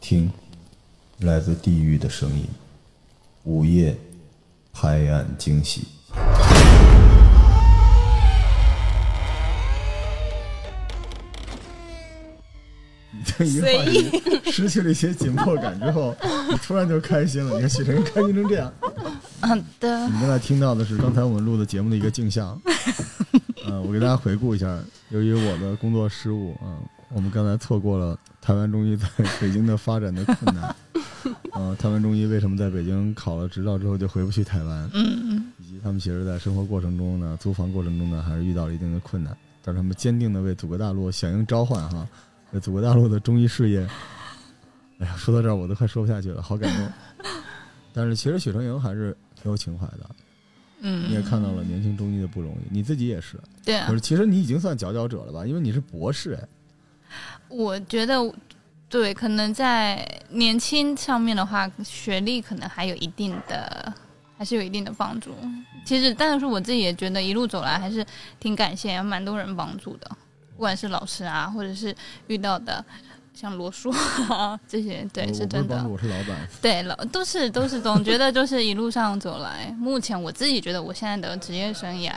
听，来自地狱的声音，午夜拍案惊喜。你就 已经随发现失去了一些紧迫感之后，你突然就开心了。你看许晨开心成这样。好的，你刚才听到的是刚才我们录的节目的一个镜像。呃，我给大家回顾一下，由于我的工作失误啊、我们刚才错过了台湾中医在北京的发展的困难。呃，台湾中医为什么在北京考了执照之后就回不去台湾？以及他们其实在生活过程中呢，租房过程中呢，还是遇到了一定的困难，但是他们坚定的为祖国大陆响应召唤哈，为祖国大陆的中医事业。哎呀，说到这儿我都快说不下去了，好感动。但是其实许成营还是挺有情怀的，你也嗯，看到了年轻中医的不容易，你自己也是。对可啊是，其实你已经算佼佼者了吧？因为你是博士，哎，我觉得对，可能在年轻上面的话，学历可能还有一定的，还是有一定的帮助。其实，但是我自己也觉得一路走来还是挺感谢，蛮多人帮助的，不管是老师啊，或者是遇到的像罗叔啊这些，对我，是我不是真帮的助，。我是老板。对了，都是都是总觉得就是一路上走来，目前我自己觉得我现在的职业生涯，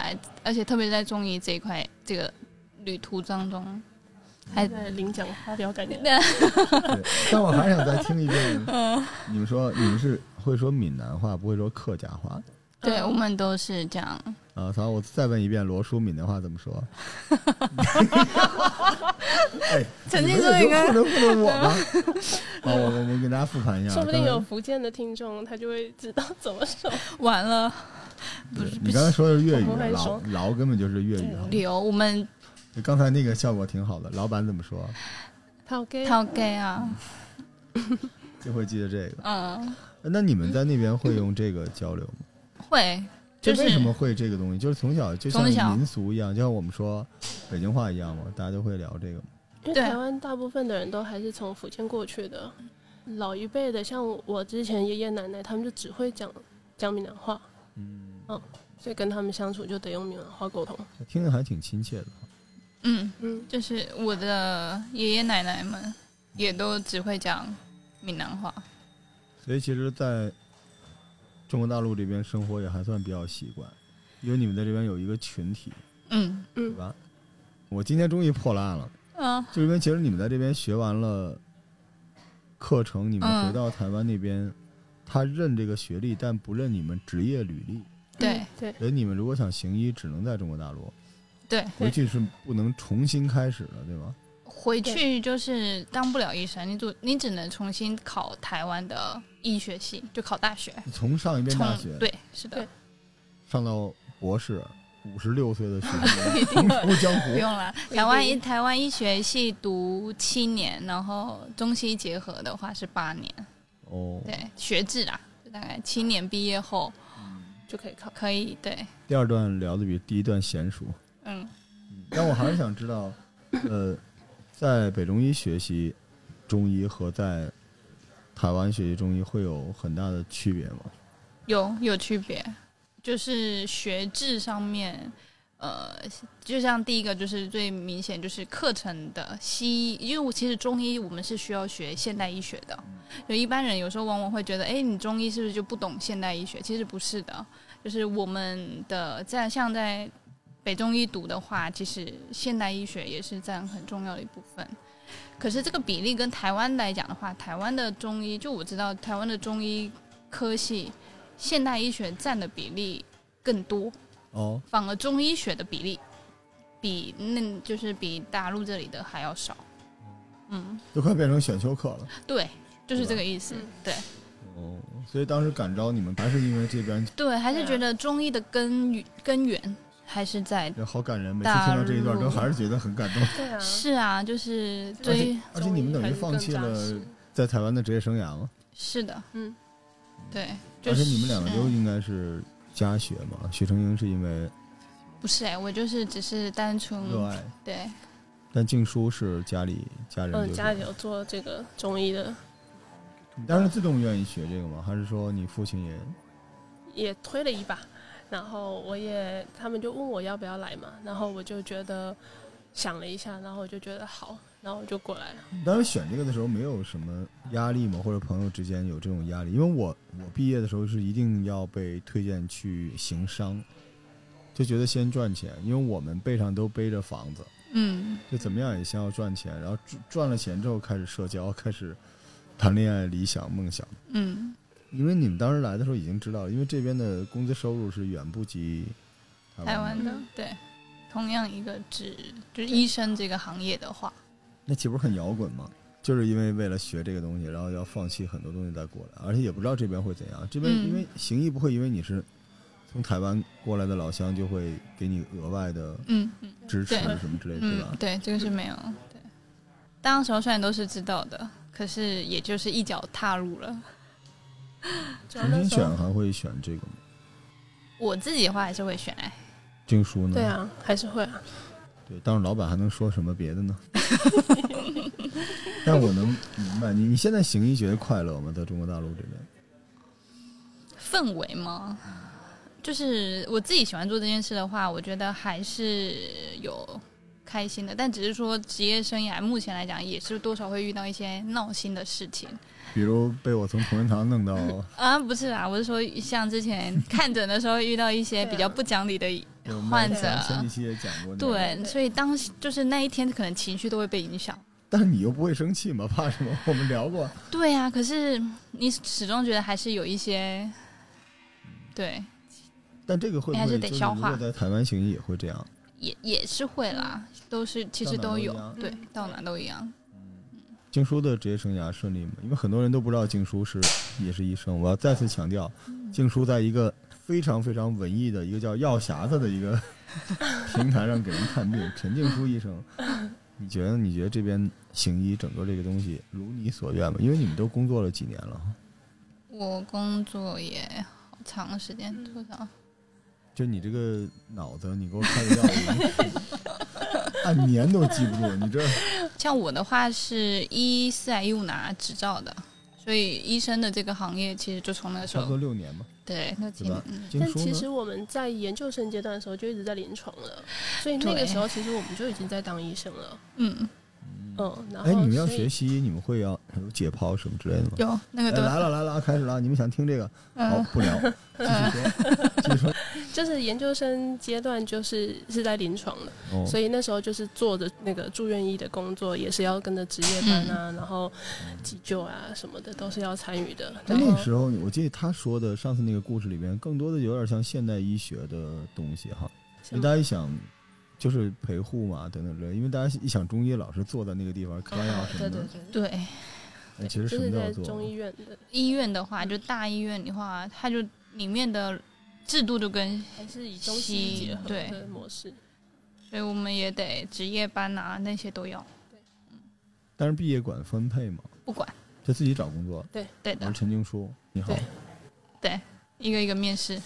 而且特别在中医这一块这个旅途当中，还在领奖发表感言，对但我还想再听 一遍，嗯你们说你们是会说闽南话，不会说客家话对我们都是这样。啊？好，我再问一遍，罗叔闽南话怎么说？ 哎，曾你经们说也一就糊个，弄糊弄我 吧。啊，我我我给大家复盘一下，啊说不定刚才有福建的听众，他就会知道怎么 说。完了，不对是不你刚才是说的是粤语我不，会老说老根本就是粤语哈。流，我们就刚才那个效果挺好的，老板怎么说？陶给套 gay 啊，就会记得这个。嗯，那你们在那边会用这个交流吗？会就是为什么会这个东西？就是从小就像从小民俗一样，就像我们说北京话一样嘛，大家都会聊这个嘛。因为对台湾大部分的人都还是从福建过去的，老一辈的像我之前爷爷奶奶，他们就只会讲讲闽南话，嗯，所以跟他们相处就得用闽南话沟通。听着还挺亲切的。嗯，嗯，就是我的爷爷奶奶们也都只会讲闽南话，所以其实，在中国大陆这边生活也还算比较习惯，因为你们在这边有一个群体，嗯对吧？我今天终于破了案了，嗯就因为其实你们在这边学完了课程，你们嗯回到台湾那边，他认这个学历，但不认你们职业履历。对嗯对，所以你们如果想行医，只能在中国大陆，对。回去是不能重新开始的，对吧？回对去就是当不了医生，你就你只能重新考台湾的医学系，就考大学，从上一遍从大学对，是的对，上到博士，五十六岁的许 晨重出江不湖。用啦。台湾医台湾医学系读七年，然后中西结合的话是八年，哦，对，学制啦，就大概七年毕业后就可以考。可以，对，第二段聊的比第一段娴熟，嗯，但我还是想知道，呃，在北中医学习中医和在台湾学习中医会有很大的区别吗？有有区别，就是学制上面。呃，就像第一个就是最明显，就是课程的西医，因为我其实中医我们是需要学现代医学的，就一般人有时候往往会觉得，哎，你中医是不是就不懂现代医学？其实不是的，就是我们的在像在北中医读的话，其实现代医学也是占很重要的一部分。可是这个比例跟台湾来讲的话，台湾的中医，就我知道台湾的中医科系，现代医学占的比例更多，哦，反而中医学的比例比那就是比大陆这里的还要少。嗯，都快变成选修课了。对，就是这个意思嗯，对。哦，所以当时感召你们，还是因为这边对，还是对啊觉得中医的根源根源还是在。这好感人，每次听到这一段都还是觉得很感动。对啊，是啊，就是而且对，而且你们等于放弃中医还是了更扎实在台湾的职业生涯吗？是的，嗯，对，而就且是你们两个都嗯应该是家学嘛。许成英是因为不是哎，我就是只是单纯热爱，对，但静书是家里家人嗯，就是家里有做这个中医的，你当时自动愿意学这个吗？还是说你父亲也也推了一把，然后我也他们就问我要不要来嘛，然后我就觉得想了一下，然后我就觉得好，然后我就过来了。当时选这个的时候没有什么压力吗？或者朋友之间有这种压力？因为我我毕业的时候是一定要被推荐去行商，就觉得先赚钱，因为我们背上都背着房子，嗯，就怎么样也先要赚钱，然后赚赚了钱之后开始社交，开始谈恋爱、理想、梦想。嗯，因为你们当时来的时候已经知道了，因为这边的工资收入是远不及台湾的。湾的嗯对，同样一个职就是医生这个行业的话，那岂不是很摇滚吗？就是因为为了学这个东西，然后要放弃很多东西再过来，而且也不知道这边会怎样。这边嗯因为行医不会，因为你是从台湾过来的老乡，就会给你额外的嗯嗯支持对什么之类的，对嗯，吧？对，这个是没有。对，当时候虽然都是知道的，可是也就是一脚踏入了。主要重那新时候选还会选这个吗？我自己的话还是会选哎，证书呢？对，啊，还是会啊。对，当时老板还能说什么别的呢？啊 但我能明白你，你现在行医觉得快乐吗？在中国大陆这边，氛围吗？就是我自己喜欢做这件事的话，我觉得还是有开心的，但只是说职业生涯目前来讲，也是多少会遇到一些闹心的事情比如被我从同仁 堂弄到，啊，不是啊，我是说像之前看诊的时候遇到一些比较不讲理的，我们患者前前几期也讲过、那个，对，所以当时就是那一天可能情绪都会被影响。但是你又不会生气吗？怕什么？我们 聊过，对啊，可是你始终觉得还是有一些，对，但这个会不还会是就得是消化如果在台湾行医也会这样？也也是会啦，都是其实到哪都都一有，样对嗯，到哪都一样。经书的职业生涯顺利吗？因为很多人都不知道经书是也是医生。我要再次强调，嗯经书在一个非常非常文艺的一个叫“药匣子”的一 个平台上给人看病。陈静书 医生，你觉得你觉得这边行医整个这个东西如你所愿吗？因为你们都工作了几年了哈，我工作也好长时间，多少？就你这个脑子，你给我开个药，我按年都记不住，你这。像我的话是一四还一五拿执照的，所以医生的这个行业其实就从那时差不多候六年 吧，对那几对吧？嗯经但书其呢？实我们在研究生阶段的时候就一直在临床了，所以那对个时候其实我们就已经在当医生了。嗯嗯，然后哎，你们要所以学西医，你们会要有解剖什么之类的吗？有那个哎都来了来了，开始了！你们想听这个？好嗯，不聊，继续 说，继续说。就是研究生阶段就是是在临床的，哦，所以那时候就是做着那个住院医的工作，也是要跟着值夜班嗯啊，然后急救啊什么的都是要参与的。那然那后个时候，我记得他说的上次那个故事里边，更多的有点像现代医学的东西哈。因为大家一想，就是陪护嘛，等等之类的。因为大家一想中医，老是坐在那个地方开药什么啊对对的，对，对哎其实什就么是都要在做。中医院的，医院的话，就大医院的话，它就里面的制度就跟，还是以中西医结合对的模式。所以我们也得值夜班啊那些都要，但是毕业管分配嘛，不管就自己找工作。对我的是，陈静书，你好对。一个一个面试，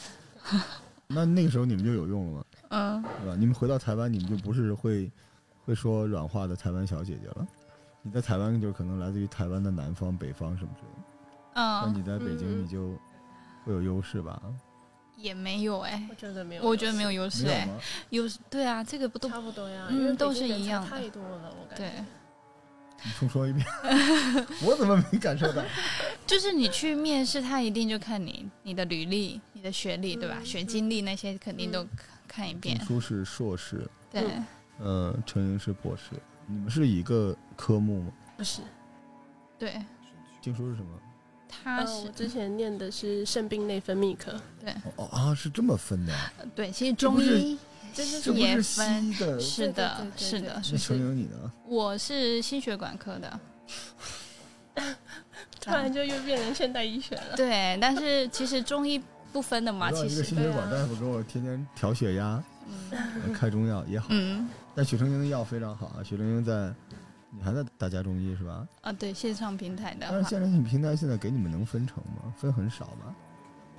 那那个时候你们就有用了吗？嗯，对吧？你们回到台湾，你们就不是会会说软话的台湾小姐姐了。你在台湾就可能来自于台湾的南方、北方什么之类的。那嗯，你在北京，嗯你就会有优势吧？也没有哎我，觉得没有，我觉得没有。优势没有哎，吗？优势对啊，这个不都差不多呀，嗯因为北京都是人一才样的太多了，我感觉。对。你重说一遍，我怎么没感受到？就是你去面试，他一定就看你你的履历、你的学历，对吧？嗯学经历那些肯定都看看一林遍。叔是硕士，对，呃，陈莹是博士，你们是一个科目吗？不是，对，静书是什么？他呃，是我之前念的是肾病内分泌科，哦哦啊，是这么分的啊，对，其实中医就是这不也是西分。医的。是的对对，对对是的，那是陈的。莹你呢？我是心血管科的， 突然就又变成现代医学了。嗯对，但是其实中医不分的嘛，我其啊让一个实心，血管大夫给我天天调血压、嗯呃开中药也好。嗯但许成英的药非常好啊，许成英在，你还在打家中医是吧？啊，对，线上平台但的是话现在你平台现在给你们能分成吗？分很少吧，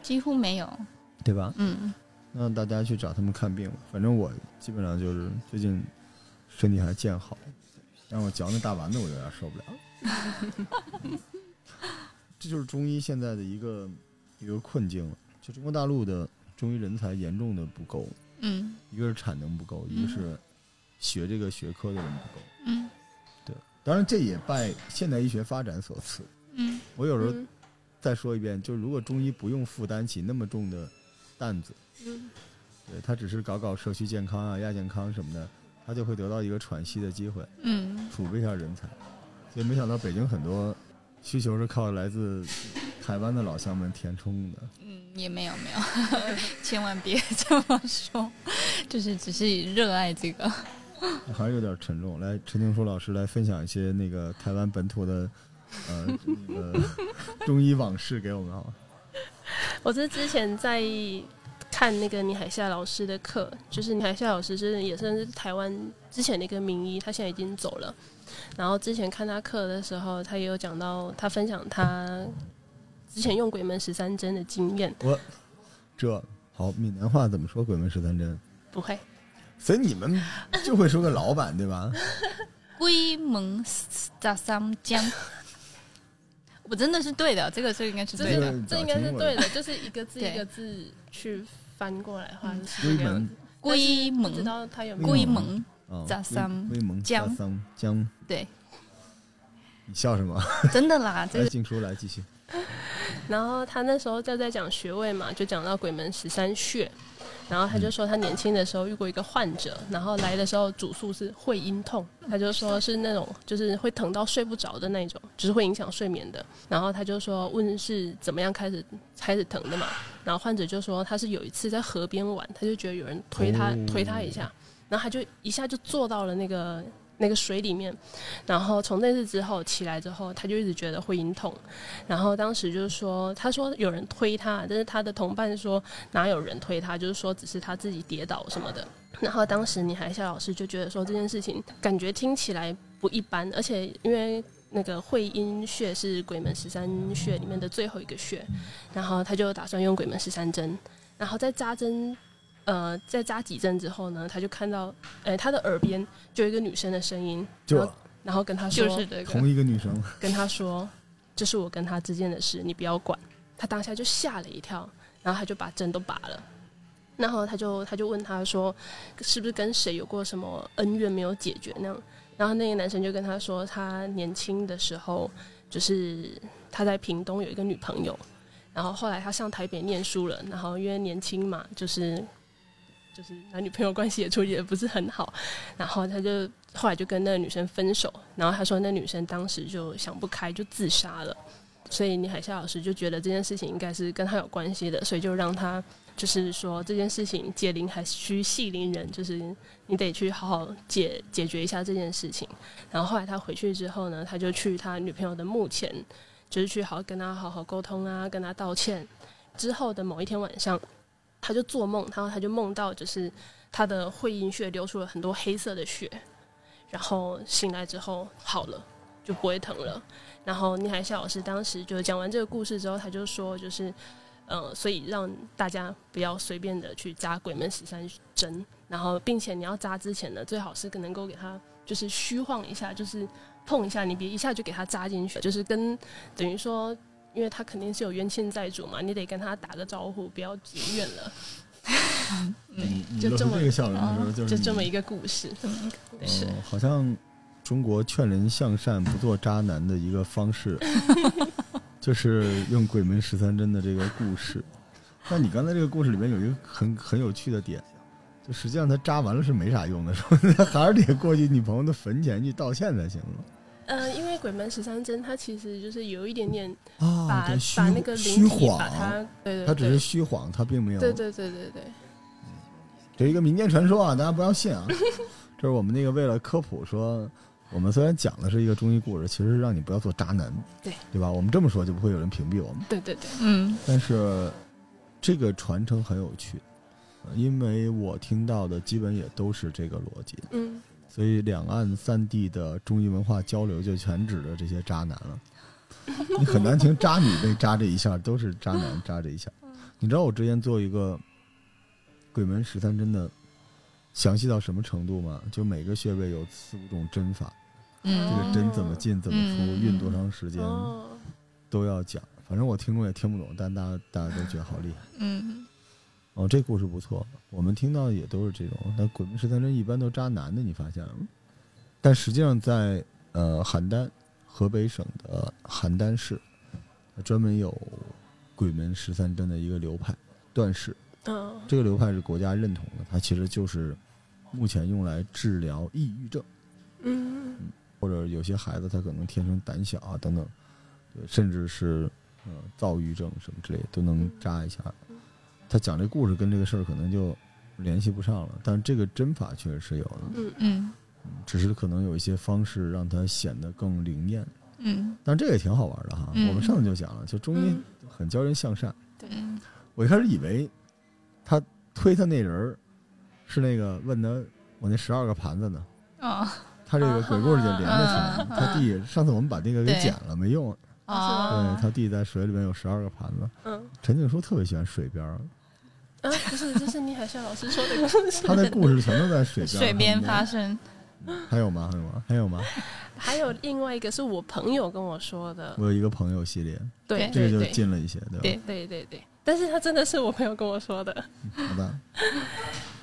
几乎没有，对吧？嗯那大家去找他们看病吧。反正我基本上就是最近身体还见好，让我嚼那大丸子我有点受不了。 这就是中医现在的一个一个困境了，就中国大陆的中医人才严重的不够，嗯嗯一个是产能不够，一个是学这个学科的人不够。嗯，对，当然，这也拜现代医学发展所赐。嗯我有时候嗯再说一遍，就如果中医不用负担起那么重的担子，嗯对他只是搞搞社区健康啊、亚健康什么的，他就会得到一个喘息的机会，嗯，储备一下人才。所以没想到北京很多需求是靠来自台湾的老乡们填充的。嗯，也没有没有， 千万别这么说，就是只是热爱这个。还是有点沉重。来，陈静书老师来分享一些那个台湾本土的呃那个中医往事给我们好啊吗？我是之前在看那个倪海夏老师的课，就是倪海夏老师是也算是台湾之前的一个名医，他现在已经走了。然后之前看他课的时候，他也有讲到，他分享他之前用鬼门十三针的经验。我这好，闽南话怎么说“鬼门十三针不会，”？所以你们就会说个老板对 吧？龟门杂三江，我真的是对的，这个是应该是这对是的。这个这应该是对表的，就是一个字对一个字去翻过来的话是龟这个样门子。龟但是不知门道他有没有龟门，啊，杂三威蒙江杂三江，对，你笑什么？真的 啦，这 来，个静书来继续。然后他那时候就在讲穴位嘛，就讲到鬼门十三穴，然后他就说他年轻的时候遇过一个患者，然后来的时候主诉是会阴痛，他就说是那种就是会疼到睡不着的那种，就是会影响睡眠的。然后他就说问是怎么样开始开始疼的嘛，然后患者就说他是有一次在河边玩，他就觉得有人推他、哦推他一下，然后他就一下就坐到了那个那个水里面，然后从那次之后起来之后，他就一直觉得会隐痛，然后当时就是说，他说有人推他，但是他的同伴说哪有人推他，就是说只是他自己跌倒什么的。然后当时你海夏老师就觉得说这件事情感觉听起来不一般，而且因为那个会阴穴是鬼门十三穴里面的最后一个穴，然后他就打算用鬼门十三针，然后在扎针，呃，在扎几针之后呢，他就看到，呃，他的耳边就有一个女生的声音，然就后然后跟他说，就是这个同一个女生，跟他说，这是我跟他之间的事，你不要管。他当下就吓了一跳，然后他就把针都拔了。然后他就他就问他说，是不是跟谁有过什么恩怨没有解决那样？然后那个男生就跟他说，他年轻的时候就是他在屏东有一个女朋友，然后后来他上台北念书了，然后因为年轻嘛，就是就是男女朋友关系也处理的不是很好，然后他就后来就跟那个女生分手，然后他说那女生当时就想不开就自杀了，所以倪海夏老师就觉得这件事情应该是跟他有关系的，所以就让他就是说这件事情解铃还需系铃人，就是你得去好好解解决一下这件事情。然后后来他回去之后呢，他就去他女朋友的墓前，就是去好好跟他好好沟通啊，跟他道歉。之后的某一天晚上，他就做梦，然后他就梦到就是他的会阴穴流出了很多黑色的血，然后醒来之后好了，就不会疼了。然后倪海夏老师当时就讲完这个故事之后，他就说就是，呃，所以让大家不要随便的去扎鬼门十三针，然后并且你要扎之前呢，最好是能够给他就是虚晃一下，就是碰一下，你别一下就给他扎进去，就是跟等于说。因为他肯定是有冤亲债主嘛，你得跟他打个招呼，不要结怨了。你你嗯就露这出么哦这个笑容的时候，啊就是就这你么一个故事，这么一个故事哦，好像中国劝人向善不做渣男的一个方 式，就是用鬼门十三针的这个故事。那你刚才这个故事里面有一个很很有趣的点，就实际上他扎完了是没啥用的，是吧？ 他还是得过去女朋友的坟前去道歉才行了。呃，因为鬼门十三针，它其实就是有一点点把、啊，对虚把那个虚灵体晃把，它，对对，他只对是虚晃，他并没有。对对对对对，这是一个民间传说啊，大家不要信啊。这是我们那个为了科普说，我们虽然讲的是一个中医故事，其实是让你不要做渣男，对对吧？我们这么说就不会有人屏蔽我们。对对对，嗯但是这个传承很有趣，呃因为我听到的基本也都是这个逻辑，嗯，所以两岸三地的中医文化交流就全指着这些渣男 了。你很难听渣女被渣这一下，都是渣男渣这一下。嗯你知道我之前做一个鬼门十三针的详细到什么程度吗？就每个穴位有四五种针法，这嗯个针怎么进怎么出，嗯运多长时间哦，都要讲。反正我听众也听不懂，但大家大家都觉得好厉害。嗯哦，这故事不错，我们听到的也都是这种。但鬼门十三针一般都扎男的，你发现了吗？但实际上在呃邯郸，河北省的邯郸市，专门有鬼门十三针的一个流派段氏。嗯这个流派是国家认同的，它其实就是目前用来治疗抑郁症，嗯或者有些孩子他可能天生胆小啊等等，对甚至是呃躁郁症什么之类都嗯能扎一下。他讲这故事跟这个事儿可能就联系不上了，但这个针法确实是有的，嗯嗯只是可能有一些方式让它显得更灵验。嗯但这个也挺好玩的哈，嗯我们上次就讲了，就中医嗯很教人向善。嗯，我一开始以为他推他那人儿是那个问他我那十二个盘子呢，哦他这个鬼故事就连着起来了。啊他弟上次我们把那个给对剪了，没用。啊对哦，他弟在水里面有十二个盘子。嗯陈静说特别喜欢水边儿，啊，不是，这是倪海啸老师说的 故事。他的故事全都在水边儿。水边发生。生，还有吗？还有吗？还有吗？还有另外一个是我朋友跟我说的，我有一个朋友系列，对这对个就对近了一些，对吧？对对对对，但是他真的是我朋友跟我说的，好的，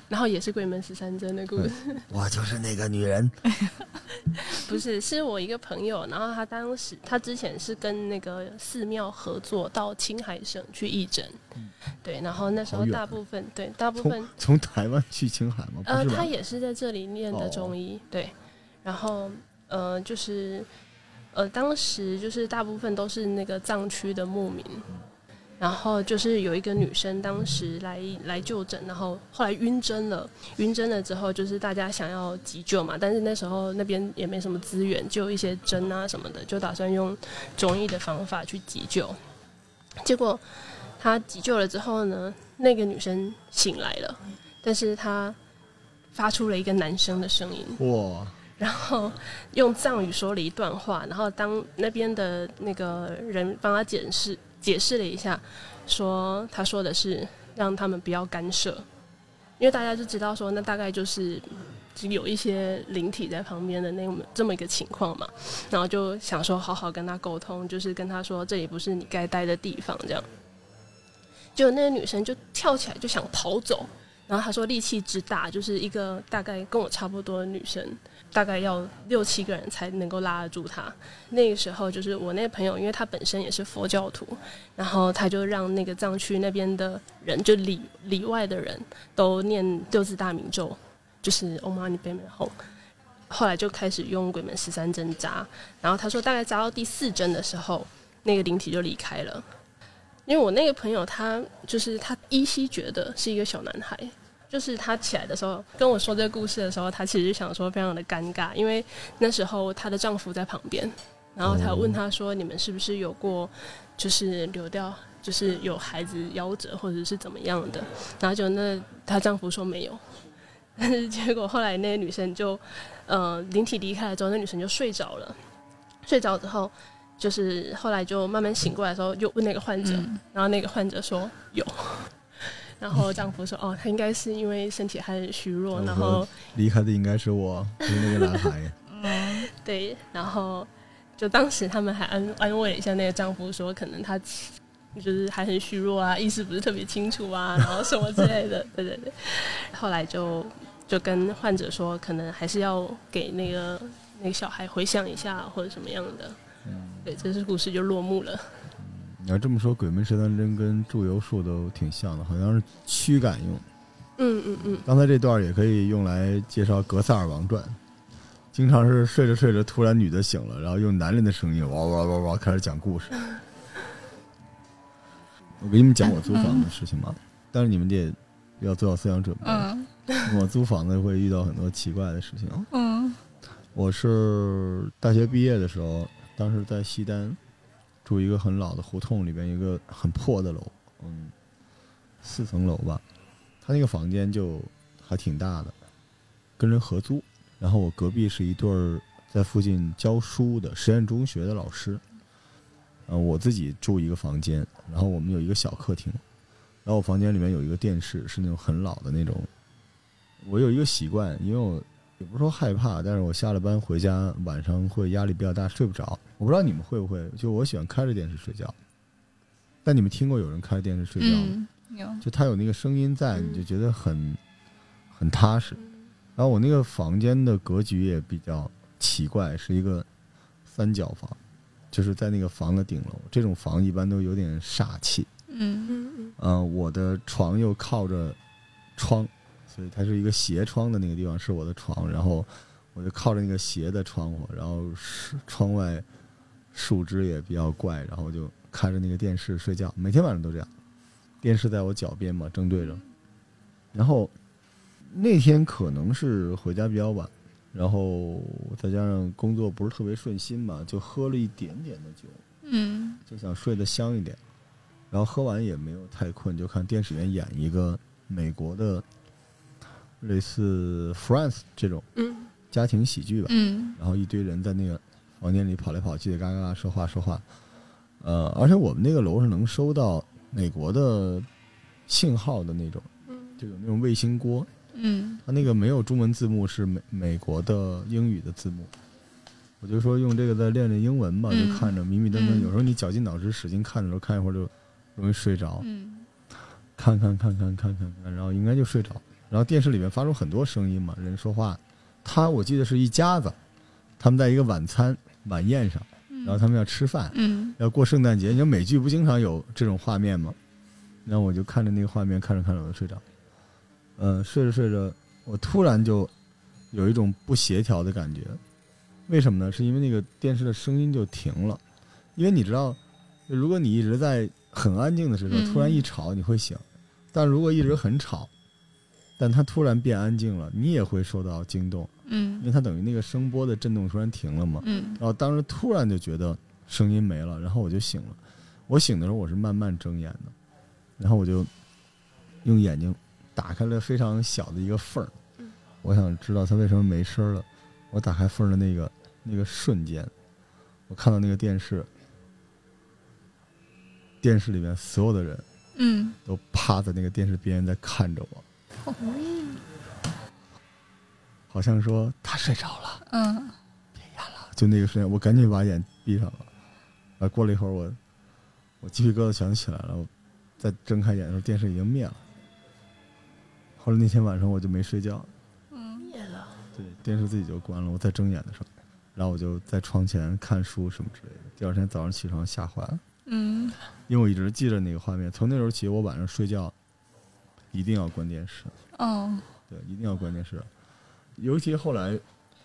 然后也是鬼门十三针的故事。我就是那个女人。 不是，是我一个朋友，然后他当时他之前是跟那个寺庙合作到青海省去义诊，对，然后那时嗯好候远啊大部分对大部分从从台湾去青海吗？不呃，是吧他？也是在这里念的哦中医，对，然后呃就是呃当时就是大部分都是那个藏区的牧民。嗯然后就是有一个女生，当时来来就诊，然后后来晕针了，晕针了之后，就是大家想要急救嘛，但是那时候那边也没什么资源，就一些针啊什么的，就打算用中医的方法去急救。结果他急救了之后呢，那个女生醒来了，但是她发出了一个男生的声音，哇，然后用藏语说了一段话，然后当那边的那个人帮他解释解释了一下，说他说的是让他们不要干涉，因为大家就知道说那大概就是有一些灵体在旁边的那么这么一个情况嘛，然后就想说好好跟他沟通，就是跟他说这里不是你该待的地方这样。就那个女生就跳起来就想跑走，然后她说力气之大，就是一个大概跟我差不多的女生，大概要六七个人才能够拉得住他。那个时候，就是我那个朋友，因为他本身也是佛教徒，然后他就让那个藏区那边的人，就里里外的人都念六字大明咒，就是 Om Mani p a m e h o 后来就开始用鬼门十三针扎，然后他说大概扎到第四针的时候，那个灵体就离开了。因为我那个朋友他就是他依稀觉得是一个小男孩，就是他起来的时候跟我说这个故事的时候，他其实想说非常的尴尬，因为那时候她的丈夫在旁边，然后他问她说：“你们是不是有过就是流掉，就是有孩子夭折或者是怎么样的？”然后就那她丈夫说没有， 但是结果后来那个女生就呃灵体离开了之后，那女生就睡着了，睡着之后。就是后来就慢慢醒过来的时候，又问那个患者，嗯然后那个患者说有， 然后丈夫说哦，他应该是因为身体还很虚弱，我然说后离开的应该是我，不是那个男孩。对，然后就当时他们还安安慰了一下那个丈夫，说可能他就是还很虚弱啊，意识不是特别清楚啊，然后什么之类的，对对对。后来就就跟患者说，可能还是要给那个那个小孩回想一下或者什么样的。对，这是故事就落幕了。你要这么说，鬼门十三针跟祝由术都挺像的，好像是驱赶用。嗯嗯嗯，刚才这段也可以用来介绍《格萨尔王传》，经常是睡着睡着，突然女的醒了，然后用男人的声音哇哇哇哇开始讲 故事。我给你们讲我租房的事情嘛，但是你们得要做好思想准备。嗯我租房子会遇到很多奇怪的事情。嗯我是大学毕业的时候，当时在西单住一个很老的胡同里边，一个很破的楼，嗯，四层楼吧。他那个房间就还挺大的，跟人合租。然后我隔壁是一对儿在附近教书的实验中学的老师，呃，我自己住一个房间，然后我们有一个小客厅，然后我房间里面有一个电视，是那种很老的那种。我有一个习惯，因为我也不是说害怕，但是我下了班回家晚上会压力比较大，睡不着。我不知道你们会不会，就我喜欢开着电视睡觉。但你们听过有人开着电视睡觉吗？嗯，有就它有那个声音在，嗯你就觉得很很踏实。然后我那个房间的格局也比较奇怪，是一个三角房，就是在那个房的顶楼。这种房一般都有点煞气。嗯嗯嗯、我的床又靠着窗，所以它是一个斜窗的那个地方是我的床，然后我就靠着那个斜的窗户，然后是窗外树枝也比较怪，然后就看着那个电视睡觉，每天晚上都这样，电视在我脚边嘛，正对着，然后那天可能是回家比较晚。然后再加上工作不是特别顺心嘛，就喝了一点点的酒，嗯就想睡得香一点。然后喝完也没有太困，就看电视里面演一个美国的类似 Friends 这种嗯家庭喜剧吧。嗯然后一堆人在那个房间里跑来跑去的，嘎嘎嘎说话说话。呃，而且我们那个楼是能收到美国的信号的那种，嗯就有那种卫星锅，嗯啊它那个没有中文字幕，是美美国的英语的字幕。我就说用这个再练练英文吧，嗯就看着迷迷瞪瞪，嗯有时候你绞尽脑汁使劲看的时候，看一会儿就容易睡着。嗯看看看看看看看，然后应该就睡着。然后电视里面发出很多声音嘛，人说话。他我记得是一家子，他们在一个晚餐晚宴上，然后他们要吃饭，嗯要过圣诞节。你说美剧不经常有这种画面吗？然后我就看着那个画面，看着看着我就睡着。嗯、睡着睡着，我突然就有一种不协调的感觉。为什么呢？是因为那个电视的声音就停了。因为你知道，如果你一直在很安静的时候，嗯突然一吵你会醒；但如果一直很吵，但它突然变安静了，你也会受到惊动，因嗯为它等于那个声波的震动突然停了嘛。嗯然后当时突然就觉得声音没了，然后我就醒了。我醒的时候我是慢慢睁眼的，然后我就用眼睛打开了非常小的一个缝儿嗯，我想知道它为什么没声儿了。我打开缝儿的那个那个瞬间，我看到那个电视，电视里面所有的人嗯，都趴在那个电视边缘在看着我，好像说他睡着了。嗯就那个瞬间，我赶紧把眼闭上了。啊，过了一会儿我，我鸡皮疙瘩全起来了。我再睁开眼的时候，电视已经灭了。后来那天晚上我就没睡觉，嗯灭了，对，电视自己就关了。我再睁眼的时候，然后我就在窗前看书什么之类的。第二天早上起床吓坏了，嗯因为我一直记着那个画面。从那时候起，我晚上睡觉一定要关电视，哦对，一定要关电视。尤其后来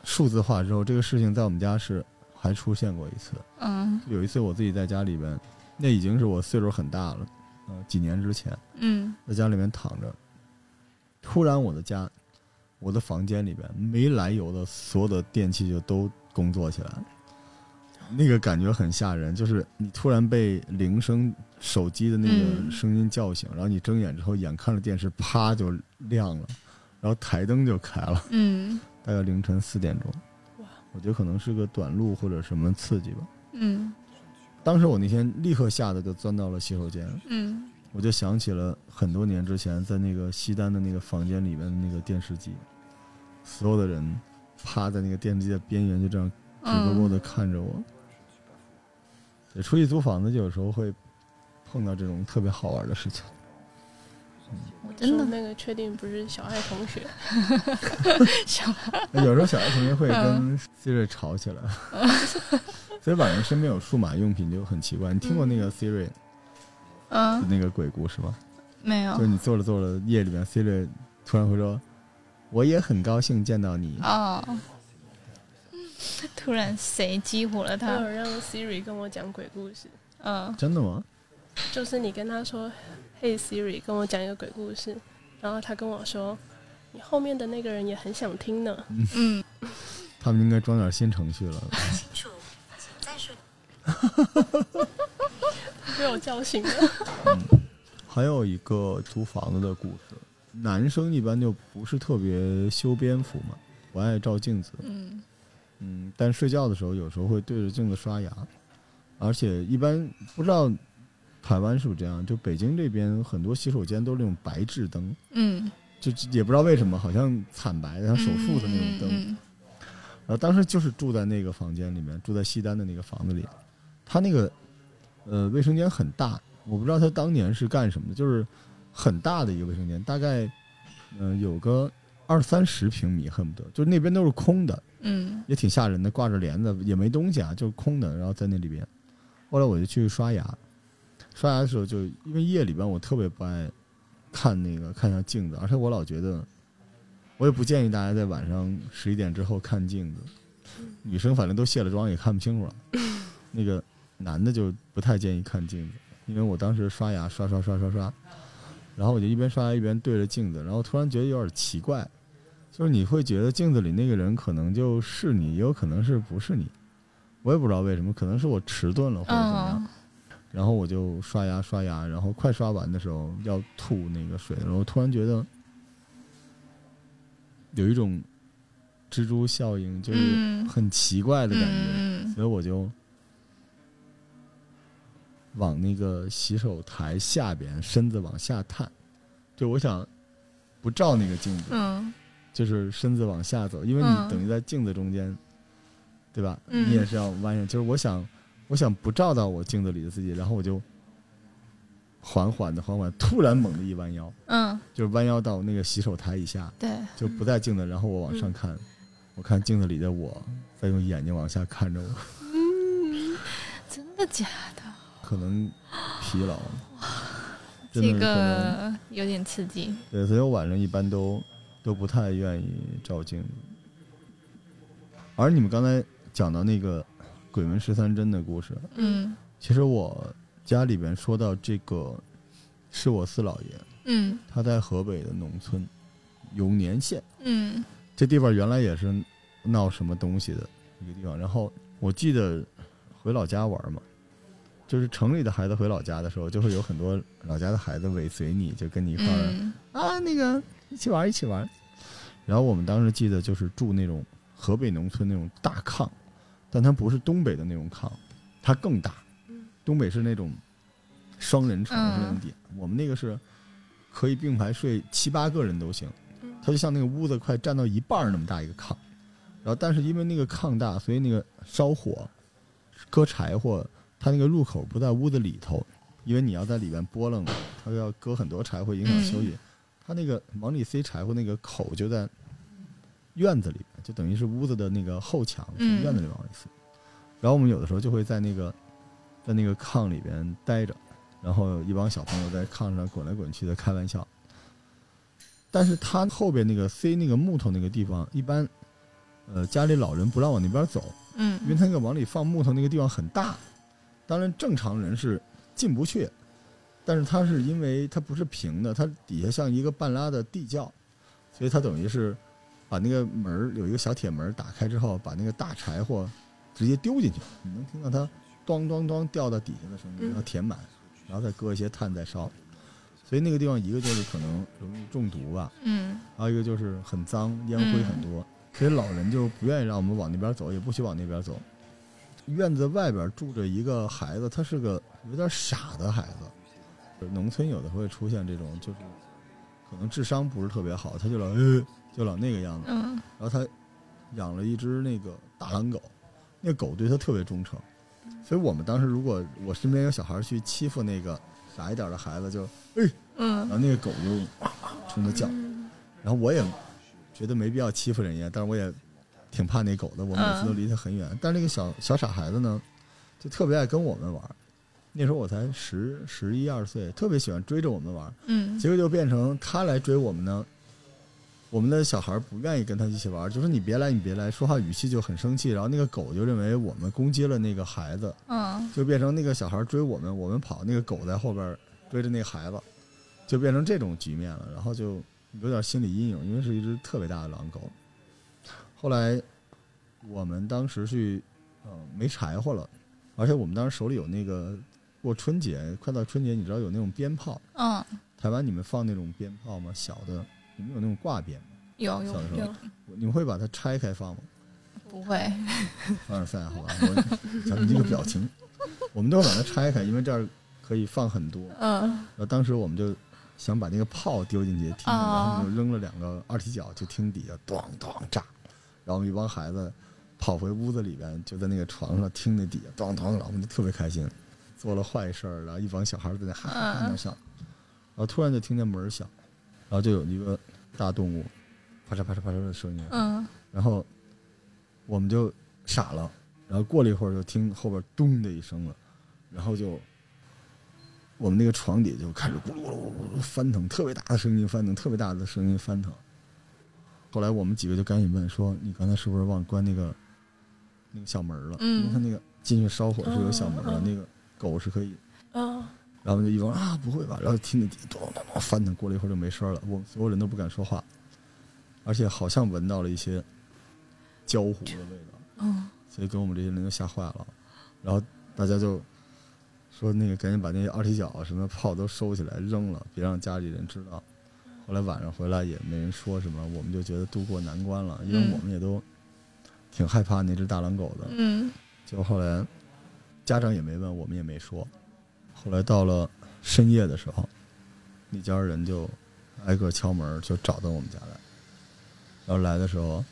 数字化之后，这个事情在我们家是还出现过一次。嗯有一次我自己在家里边，那已经是我岁数很大了，呃，几年之前，嗯在家里面躺着，突然我的家，我的房间里边没来由的所有的电器就都工作起来了，那个感觉很吓人，就是你突然被铃声、手机的那个嗯声音叫醒，然后你睁眼之后，眼看着电视啪就亮了，然后台灯就开了，嗯大概凌晨四点钟，哇，我觉得可能是个短路或者什么刺激吧。嗯当时我那天立刻吓得就钻到了洗手间，嗯我就想起了很多年之前在那个西单的那个房间里面的那个电视机，所有的人趴在那个电视机的边缘，就这样直勾勾嗯的看着我。对，出去租房子就有时候会碰到这种特别好玩的事情。我真真的的那个确定不是小爱同学，想那有时候小爱同学会跟 Siri 吵起来，所以晚上身边有数码用品就很奇怪。你听过那个 Siri 的嗯那个鬼故事吗？没有就是你做着做着，夜里面 Siri 突然会说：“我也很高兴见到你。哦，突然谁激活了我有他？让 Siri 跟我讲鬼故事，嗯”真的吗？就是你跟他说嘿 Siri，跟我讲一个鬼故事，然后他跟我说，你后面的那个人也很想听呢。嗯他们应该装点新程序 了。清楚，请再说。被我叫醒了。还有一个租房子的故事，男生一般就不是特别修边幅嘛，不爱照镜子。嗯嗯，但睡觉的时候有时候会对着镜子刷牙，而且一般不知道台湾是不是这样，就北京这边很多洗手间都是那种白炽灯，嗯，就就也不知道为什么，好像惨白的，像手术的那种灯。嗯然后当时就是住在那个房间里面，住在西单的那个房子里，他那个呃卫生间很大，我不知道他当年是干什么的，就是很大的一个卫生间，大概嗯、呃有个二三十平米，恨不得就是那边都是空的，嗯也挺吓人的，挂着帘子也没东西啊，就是空的，然后在那里边。后来我就去刷牙，刷牙的时候就因为夜里边我特别不爱看那个看向镜子，而且我老觉得，我也不建议大家在晚上十一点之后看镜子，女生反正都卸了妆也看不清楚了，那个男的就不太建议看镜子，因为我当时刷牙刷刷刷刷刷，然后我就一边刷牙一边对着镜子，然后突然觉得有点奇怪，就是你会觉得镜子里那个人可能就是你，也有可能是不是你，我也不知道为什么，可能是我迟钝了或者怎么样。嗯然后我就刷牙刷牙，然后快刷完的时候要吐那个水的时候，突然觉得有一种蜘蛛效应，就是嗯很奇怪的感觉，嗯所以我就往那个洗手台下边身子往下探，就我想不照那个镜子，嗯就是身子往下走，因为嗯你等于在镜子中间，对吧？嗯你也是要弯下。就是我想，我想不照到我镜子里的自己，然后我就缓缓的、缓缓地，突然猛地一弯腰，嗯，就是弯腰到那个洗手台以下，对，就不在镜子，然后我往嗯上看，我看镜子里的我在用眼睛往下看着我，真的假的？可能疲劳，真这的可能个有点刺激。对，所以我晚上一般都都不太愿意照镜子。而你们刚才讲到那个鬼门十三针的故事，嗯其实我家里边说到这个，是我四姥爷，嗯他在河北的农村，永年县嗯这地方原来也是闹什么东西的一个地方。然后我记得回老家玩嘛，就是城里的孩子回老家的时候，就会有很多老家的孩子尾随你，就跟你一块儿。嗯啊，那个一起玩儿一起玩儿。然后我们当时记得就是住那种河北农村那种大炕，但它不是东北的那种炕，它更大。东北是那种双人床是那种点，我们那个是可以并排睡七八个人都行，它就像那个屋子快占到一半儿那么大一个炕。然后但是因为那个炕大，所以那个烧火、搁柴火，它那个入口不在屋子里头，因为你要在里边拨楞，它要搁很多柴火，影响休息。它那个往里塞柴火那个口就在院子里边，就等于是屋子的那个后墙，从嗯院子里往里塞。然后我们有的时候就会在那个在那个炕里边待着，然后一帮小朋友在炕上滚来滚去的开玩笑。但是他后边那个塞那个木头那个地方，一般，呃，家里老人不让往那边走，因为嗯他那个往里放木头那个地方很大，当然正常人是进不去，但是它是因为它不是平的，它底下像一个半拉的地窖，所以它等于是把那个门儿有一个小铁门儿打开之后，把那个大柴火直接丢进去，你能听到它咚咚咚掉到底下的声音，然后填满，然后再搁一些炭再烧，所以那个地方一个就是可能容易中毒啊吧，嗯还有一个就是很脏，烟灰很多，所以老人就不愿意让我们往那边走，也不许往那边走。院子外边住着一个孩子，他是个有点傻的孩子。农村有的会出现这种，就是可能智商不是特别好，他就老呃，就老那个样子。嗯然后他养了一只那个大狼狗，那狗对他特别忠诚，所以我们当时如果我身边有小孩去欺负那个傻一点的孩子，就哎然嗯后那个狗就哇哇冲他叫，然后我也觉得没必要欺负人家，但是我也挺怕那狗的，我每次都离它很远。但是那个小小傻孩子呢，就特别爱跟我们玩儿。那时候我才十十一二岁，特别喜欢追着我们玩儿，嗯结果就变成他来追我们呢。我们的小孩不愿意跟他一起玩儿，就说你别来，你别来，说话语气就很生气。然后那个狗就认为我们攻击了那个孩子，嗯就变成那个小孩追我们，我们跑，那个狗在后边追着那孩子，就变成这种局面了。然后就有点心理阴影，因为是一只特别大的狼狗。后来我们当时去，呃，没柴火了，而且我们当时手里有那个过春节，快到春节，你知道有那种鞭炮，嗯，台湾你们放那种鞭炮吗？小的，你们有那种挂鞭吗？有小有时候有，你们会把它拆开放吗？不会，凡尔赛，好吧，我讲你这个表情，我们都会把它拆开，因为这儿可以放很多。嗯然后当时我们就想把那个炮丢进去听，然后我们就扔了两个二踢脚，就听底下咣咣炸。然后我们一帮孩子跑回屋子里边，就在那个床上听那底下咣咣，然后我们就特别开心，做了坏事儿，然后一帮小孩在那哈哈哈那笑。然后突然就听见门儿响，然后就有一个大动物啪嚓啪嚓啪嚓的声音，嗯，然后我们就傻了，然后过了一会儿就听后边咚的一声了，然后就我们那个床底就开始咕噜咕噜咕噜咕噜翻腾，特别大的声音翻腾，特别大的声音翻腾。后来我们几个就赶紧问说：“你刚才是不是忘关那个那个小门了？嗯因为他那个进去烧火是有小门的，嗯嗯那个狗是可以。”哦，然后我们就一帮人啊，不会吧？然后听着底咚咚咚翻腾，过了一会儿就没声儿了。我们所有人都不敢说话，而且好像闻到了一些焦糊的味道，嗯，所以给我们这些人都吓坏了。然后大家就说那个赶紧把那些二踢脚什么炮都收起来扔了，别让家里人知道。后来晚上回来也没人说什么，我们就觉得渡过难关了，因为嗯我们也都挺害怕那只大狼狗的。嗯，结果后来家长也没问，我们也没说。后来到了深夜的时候，那家人就挨个敲门，就找到我们家来。然后来的时候，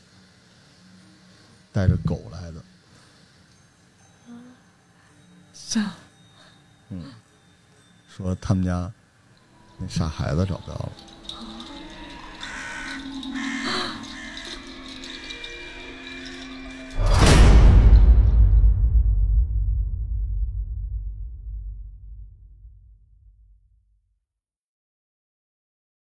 带着狗来的，是啊，嗯，说他们家那傻孩子找不着了。